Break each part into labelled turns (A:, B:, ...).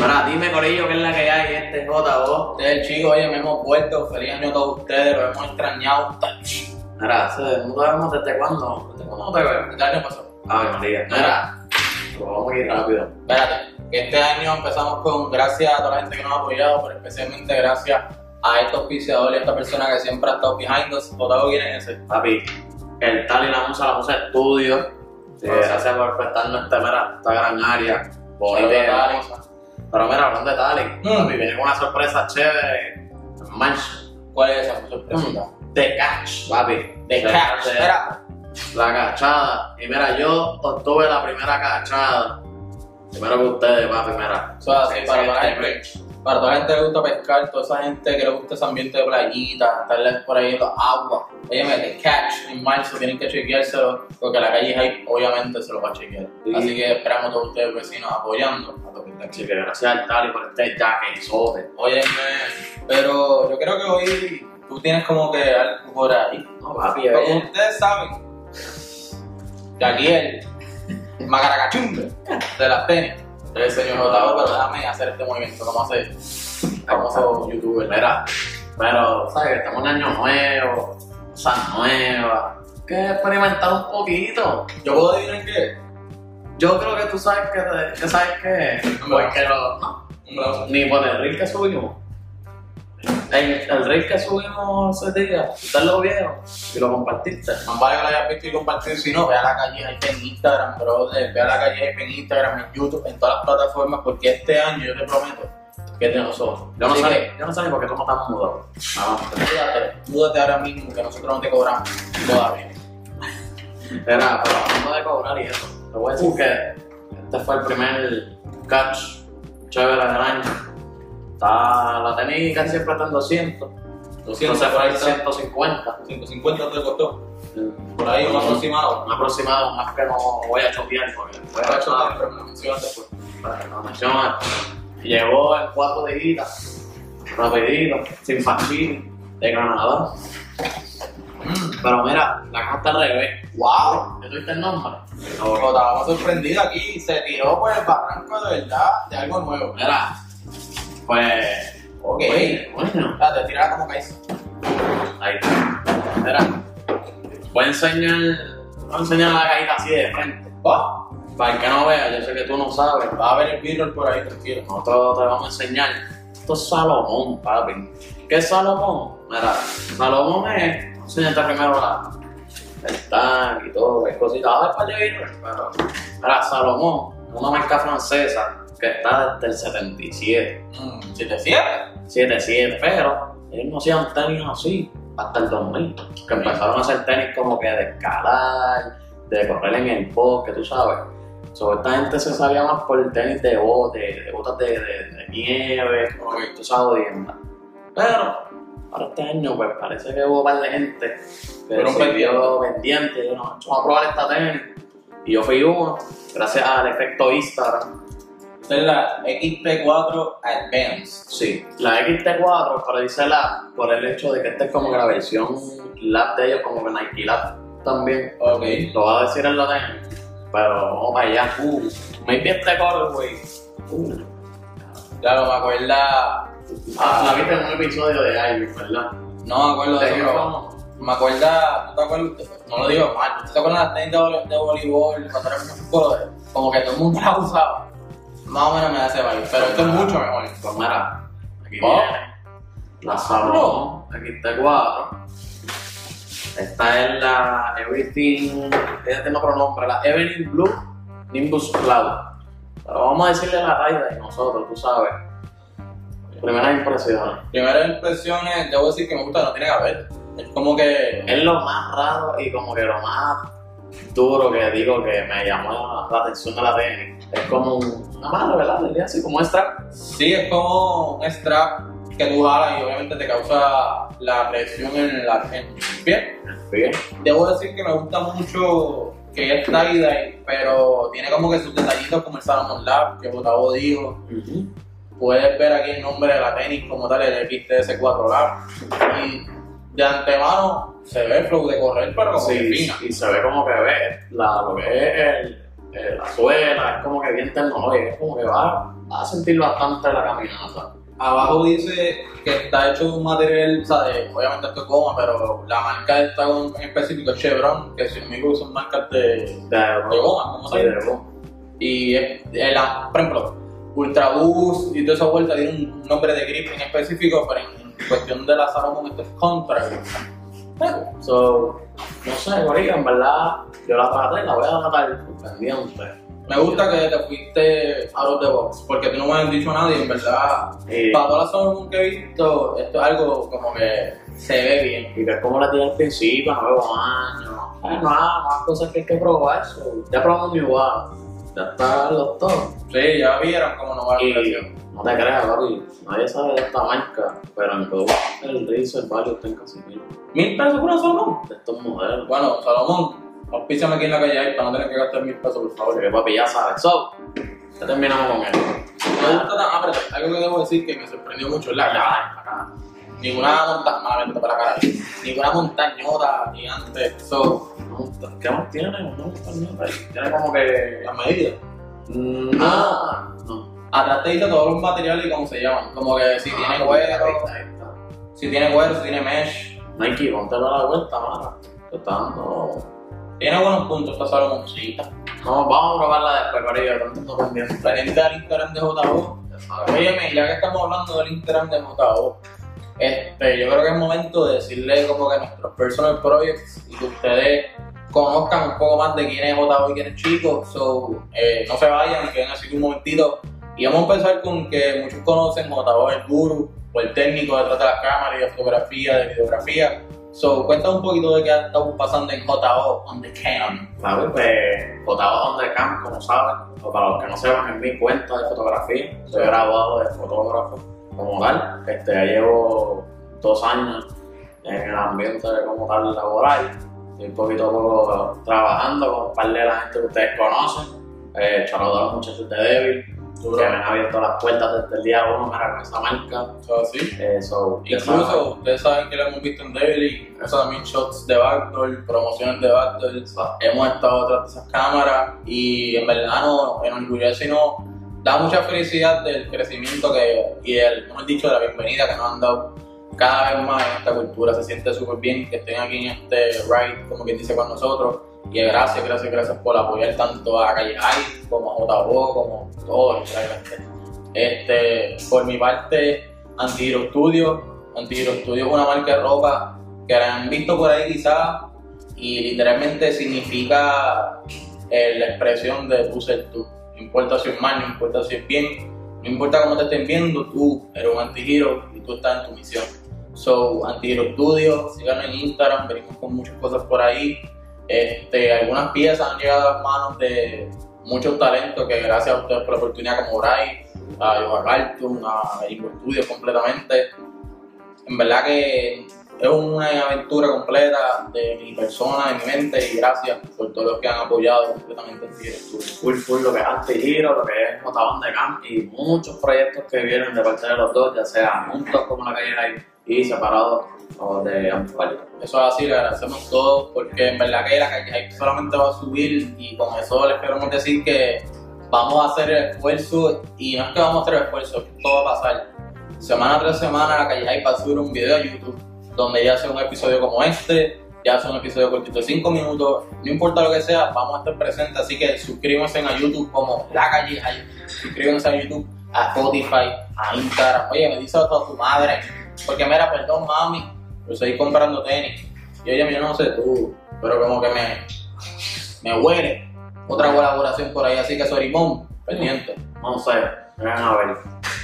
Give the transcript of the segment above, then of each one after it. A: Ahora, dime Corillo qué es la que hay, este J, vos.
B: Ustedes, el chico, oye, me hemos vuelto, feliz año a todos ustedes, lo hemos extrañado. tach.
A: Ahora, se- no sabemos desde cuándo. ¿Desde cuándo te veo?
B: Este año pasó.
A: Ay, María.
B: Mira,
A: Lo vamos a ir rápido.
B: espérate, que este año empezamos con gracias a toda la gente que nos ha apoyado, pero especialmente gracias a estos auspiciadores y a esta persona que siempre ha estado behind us. Otavo, ¿quién es ese?
A: Papi, el tal y la musa, la musa estudio. Sí,
B: Gracias.
A: gracias por prestarnos esta, mira, esta gran área.
B: Saludos
A: Bonita y
B: a Tali.
A: hermosa. Pero mira, hablando de Tali,
B: Mm.
A: papi, viene con una sorpresa chévere. Manch,
B: ¿Cuál es esa sorpresa?
A: de catch, papi.
B: De Cash.
A: de-
B: Espera,
A: La cachada. Y mira, yo obtuve la primera cachada. Primero que ustedes, papi, mira.
B: eso es así,
A: Sí,
B: Ah, para,
A: sí,
B: para,
A: sí,
B: gente- para toda la gente que le gusta pescar, toda esa gente que le gusta ese ambiente de playita, estar por ahí en los aguas. Óyeme, de catch en marzo tienen que chequeárselo, porque la calle Hype obviamente se lo va a chequear.
A: Sí.
B: Así que esperamos a todos ustedes pues, vecinos apoyando a Toque el Taxi.
A: Así que gracias al Tali por este jaquezote.
B: Óyeme, pero yo creo que hoy tú tienes como que algo por ahí.
A: No, papi,
B: Porque
A: eh.
B: ustedes saben, Gabriel, Macaracachumbe, de las tenis. El señor Otavo, pero déjame hacer este movimiento, como hace famoso youtuber.
A: Mira, pero, ¿sabes? que Estamos en año nuevo, cosas nuevas. Que experimentar un poquito.
B: Yo puedo adivinar qué.
A: Yo creo que tú sabes que, que sabes que. Porque lo. No,
B: Un blog.
A: ni por el reel que subimos. El, el reel que subimos ese día, usted lo vieron y lo compartiste.
B: Más vale que lo hayas visto y compartir, si no, ve a la calle Hype en Instagram, brother, ve a la calle Hype en Instagram, en YouTube, en todas las plataformas, porque este año yo te prometo que te nosotros.
A: Yo no,
B: Así Ah,
A: sé, yo no sé ni por qué estamos tan mudados. Vamos.
B: que Múdate, múdate ahora mismo, que nosotros no te cobramos todavía.
A: Espera, pero hablando de cobrar y eso, te voy a decir que este fue el primer catch chévere del año. Está, la tenis casi siempre está en 200.
B: 200,
A: Entonces fue el
B: está.
A: 150.
B: 150 te costó.
A: Mm,
B: Por ahí, un aproximado.
A: Un aproximado más que no voy a chopear porque después
B: Para
A: ah,
B: chocar, pero me lo mencionas después.
A: para que no menciona. Llegó en cuatro dígitas, rapidito, sin fachín, de Granada.
B: Mm.
A: Pero mira, la caja está al revés.
B: ¡Wow!
A: ¿Yo tuviste el nombre?
B: Estábamos sorprendidos aquí, se tiró por el barranco de verdad de algo nuevo.
A: Mira, pues.
B: Ok.
A: Oye, bueno,
B: Ah, te tiraba como caes.
A: ahí está. Mira, voy a enseñar, voy a enseñar la cajita así de frente.
B: Oh,
A: Para el que no vea, yo sé que tú no sabes.
B: va a ver el b por ahí, tranquilo.
A: Nosotros te vamos a enseñar. Esto es Salomón, papi. ¿Qué es Salomón? Mira, Salomón es. Enseñate primero la, el tanque y todo, las cositas. Ah, Ahora para allá vino, pero. Mira, Salomón, una marca francesa que está desde el 77.
B: Mm, Si te cierras.
A: 7-7, pero ellos no hacían tenis así hasta el 2000, que empezaron a hacer tenis como que de escalar, de correr en el bosque, tú sabes. So, esta gente se sabía más por tenis de bote, de botas de, de- de nieve,
B: Ok.
A: tú sabes, y demás. Pero ahora este año, pues parece que hubo un par de gente que
B: Fueron
A: decidió pendiente, yo no, vamos a probar esta tenis. Y yo fui uno, gracias al efecto Instagram.
B: Esta es la XP4 Advanced.
A: Sí, la XT4, pero dice la por el hecho de que esta es como que la versión Lab de ellos, como que Nike Lab también.
B: Ok.
A: Lo va a decir en la de pero vamos para allá. Uh, maybe este color, güey. Uh,
B: Claro, me acuerda.
A: ah, la viste en un episodio de Ivy, ¿verdad?
B: No me acuerdo de
A: ¿De
B: eso,
A: qué
B: pero
A: fue?
B: Me acuerda. ¿Tú te acuerdas? No lo digo mal. ¿Tú te acuerdas de las tenis de, vol- de voleibol cuando era muy color? Como que todo el mundo las usaba. Más o menos me hace mal, pero esto es mucho mejor.
A: Pues mira, aquí
B: Oh.
A: viene la Salomon XT4. Esta es la Everything, ella tiene otro nombre, la Evelyn Blue Nimbus Cloud. Pero vamos a decirle la talla de nosotros, tú sabes. Primeras impresiones.
B: Primeras impresiones, debo decir que me gusta, no tiene que haber. Es como que.
A: Es lo más raro y como que lo más duro que digo que me llamó la atención de la tenis. Es como un, una madre, ¿verdad? Diría así como extra.
B: Sí, es como un strap que tú jalas y obviamente te causa la lesión en la en el pie.
A: Bien.
B: Debo decir que me gusta mucho que es tie-dye, pero tiene como que sus detallitos como el Salomon Lab, que Botavo dijo. Puedes ver aquí el nombre de la tenis como tal, el XTS4A. Y de antemano se ve el flow de correr, pero como que
A: Sí,
B: fina.
A: y se ve como que ve la, lo que es el, eh, la suela, es como que bien tecnológica, es como que va a sentir bastante la caminata.
B: Abajo dice que está hecho de un material, o sea, de- obviamente esto es goma, pero la marca está con- en específico es Chevron, que si no me equivoco son marcas de,
A: De,
B: de goma, como
A: sí,
B: tal.
A: de Bron.
B: Y es- es la- por ejemplo, Ultraboost y toda esa vuelta tiene un nombre de grip en específico, pero en cuestión de la Salomon esto es contra.
A: So, no sé, Gorilla, en verdad, yo la traté y la voy a tratar pendiente.
B: Me gusta que te fuiste out of the box, porque tú no me has dicho nada y en verdad,
A: Y,
B: para todas las Salomon que he visto, esto es algo como que se ve bien.
A: y ves cómo la tiene al principio, nuevo año. Hay más, más cosas que hay que probar. so, Ya probamos mi guau. Ya están los dos.
B: Sí, ya vieron cómo nos va la
A: Y
B: relación.
A: no te creas, papi, nadie sabe de esta marca, pero en todo el Razer Value está en casi mil
B: ¿Mil pesos por un Salomón?
A: de estos modelos.
B: Bueno, Salomón, auspíciame aquí en la calle ahí para no tener que gastar mil pesos, por favor.
A: Porque papi ya sabe. So, ya terminamos con esto.
B: No está tan- ah, pero algo que debo decir que me sorprendió mucho es la cara. la cara. Ninguna montaña, malamente para la cara. Ninguna montañota gigante. So,
A: ¿Qué más tiene? No, no, tiene como que.
B: las medidas. Mm.
A: Ah, no.
B: Atrás te dice todos los materiales y cómo se llaman. Como que si tiene
A: Ahí
B: cuero,
A: está, ahí está.
B: si tiene cuero, si tiene mesh.
A: Nike, póntelo a la vuelta, mano. Te está dando.
B: Tiene buenos puntos esta Salomoncita.
A: No, vamos a probarla después, Corillo, yo tanto pendiente.
B: La gente del Instagram de JO Oye, ya que estamos hablando del Instagram de JO, este, yo creo que es momento de decirle como que nuestros personal projects y que ustedes conozcan un poco más de quién es JO y quién es Chico. So, eh, no se vayan, queden así un momentito. Y vamos a empezar con que muchos conocen JO, el guru, o el técnico detrás de las cámaras y de fotografía, de videografía. So, cuéntanos un poquito de qué ha estado pasando en JO on the cam.
A: ¿Sabes? Pues, Botaba on the Cam, como saben, o para los que no sepan, es mi cuenta de fotografía. Soy graduado de fotógrafo como tal. Este, ya llevo dos años en el ambiente como tal laboral. Estoy un poquito a poco trabajando con un par de la gente que ustedes conocen. Eh, Charlotte a los muchachos de Devil, que me han abierto las puertas desde el día uno mira, con esa marca.
B: So, así.
A: Eh, so, ya
B: Incluso ustedes saben que lo hemos visto en Daily, eso también shots de backdoor, promociones de backdoor, hemos estado detrás de esas cámaras y en verdad no enorgullece y nos da mucha felicidad del crecimiento que, y del, hemos dicho, de la bienvenida que nos han dado cada vez más en esta cultura. Se siente súper bien que estén aquí en este ride, como quien dice, con nosotros. Y gracias, gracias, gracias por apoyar tanto a Calle Ay, como a JBO, como todo, literalmente. Este, por mi parte, Antihero Studio. Antihero Studio es una marca de ropa que la han visto por ahí quizás y literalmente significa eh, la expresión de tú ser tú. No importa si es mal, no importa si es bien, no importa cómo te estén viendo, tú eres un antihero y tú estás en tu misión. So, Antihero Studio, síganos en Instagram, venimos con muchas cosas por ahí. Este, algunas piezas han llegado a las manos de muchos talentos que gracias a ustedes por la oportunidad como Bryce, a Johan Galton, a Erico Studios completamente. En verdad que es una aventura completa de mi persona, de mi mente y gracias por todos los que han apoyado completamente el Tigre Studio.
A: full full lo que es Antigiro, lo que es Motabón de Camp y muchos proyectos que vienen de parte de los dos, ya sea juntos como la calle Jai y separados o de ambos partes.
B: Eso es así, le agradecemos todos porque en verdad que la calle Hype solamente va a subir y con eso les queremos decir que vamos a hacer el esfuerzo y no es que vamos a hacer el esfuerzo, todo va a pasar. Semana tras semana la calle Hype va a subir un video a YouTube donde ya sea un episodio como este, ya sea un episodio cortito de 5 minutos, no importa lo que sea, vamos a estar presentes, así que suscríbanse a YouTube como la calle Hype, suscríbanse a YouTube, a Spotify, a Instagram, oye, me dice hasta tu madre, porque mira, perdón mami, yo seguí comprando tenis. Y ella, yo no sé tú, pero como que me, me huele. Otra colaboración por ahí, así que sorry, mom, pendiente.
A: No sé, vengan a ver.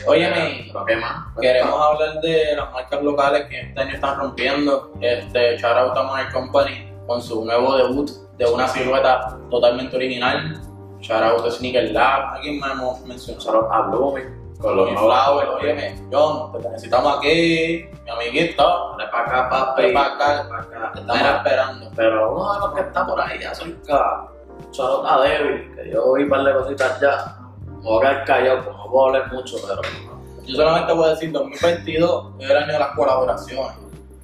B: Óyeme,
A: Pero qué más.
B: Queremos hablar de las marcas locales que este año están rompiendo. Este, shout out a Modern Company con su nuevo debut de una silueta totalmente original. Shout out a Sneaker Lab, aquí me hemos mencionado.
A: Nosotros a Blooming, con los
B: Y
A: nuevos
B: Flower, óyeme, John, te necesitamos aquí, mi amiguito.
A: Dale para acá, papi.
B: Dale pa' acá.
A: Dale pa' acá.
B: Te estamos
A: Mira,
B: esperando.
A: pero uno de los que está por ahí ya cerca, Charlotte a Devil, que yo vi un par de cositas ya. Me voy a quedar callado, porque no puedo hablar mucho, pero
B: Yo solamente voy a decir, 2022 es el año de las colaboraciones.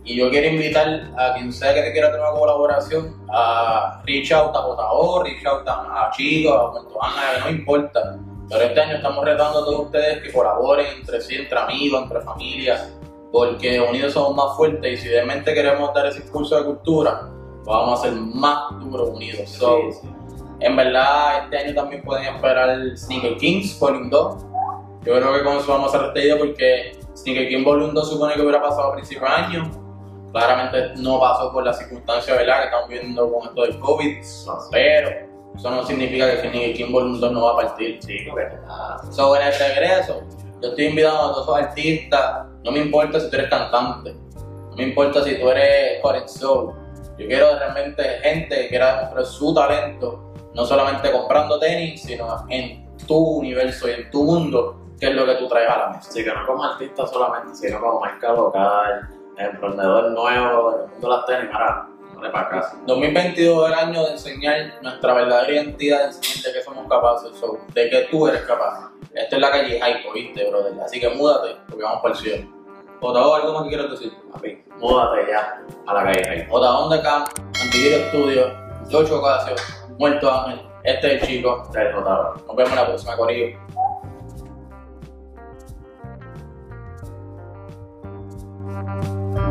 B: Y yo quiero invitar a quien sea que te quiera tener una colaboración, a reach out a JO, reach out a, a Chico, a Puerto Ángel, no importa. Pero este año estamos retando a todos ustedes que colaboren entre sí, entre amigos, entre familias, porque unidos somos más fuertes y si realmente queremos dar ese impulso de cultura, vamos a ser más duros unidos. So,
A: Sí, sí.
B: en verdad, este año también pueden esperar Sneaker Kings Volume 2. Yo creo que con eso vamos a cerrar este video porque Sneaker King Volume 2 supone que hubiera pasado a principio de año. Claramente no pasó por las circunstancias ¿verdad? que estamos viendo con esto del COVID, pero eso no significa que Sneaker King Volume 2 no va a partir.
A: Sí, ¿verdad?
B: Sobre el regreso, yo estoy invitando a todos esos artistas. No me importa si tú eres cantante, no me importa si tú eres Core Soul. Yo quiero realmente gente que quiera demostrar su talento, no solamente comprando tenis, sino en tu universo y en tu mundo, que es lo que tú traes a la mesa.
A: Así que no como artista solamente, sino como marca local, emprendedor nuevo, en el mundo de las tenis, mira, dale para casa.
B: 2022 es el año de enseñar nuestra verdadera identidad, de enseñar de qué somos capaces, so, de qué tú eres capaz. Esto es la calle Hype, ¿viste, brother? Así que múdate, porque vamos para el cielo. Otavo, ¿algo más que quieras decir?
A: Papi, múdate ya a la calle Rey.
B: Otavón de Camp, Antivirus Studio, Yocho Ocasio, Muerto Ángel, este es el chico.
A: Te notaba.
B: Nos vemos en la próxima, Corillo.
C: Thank you.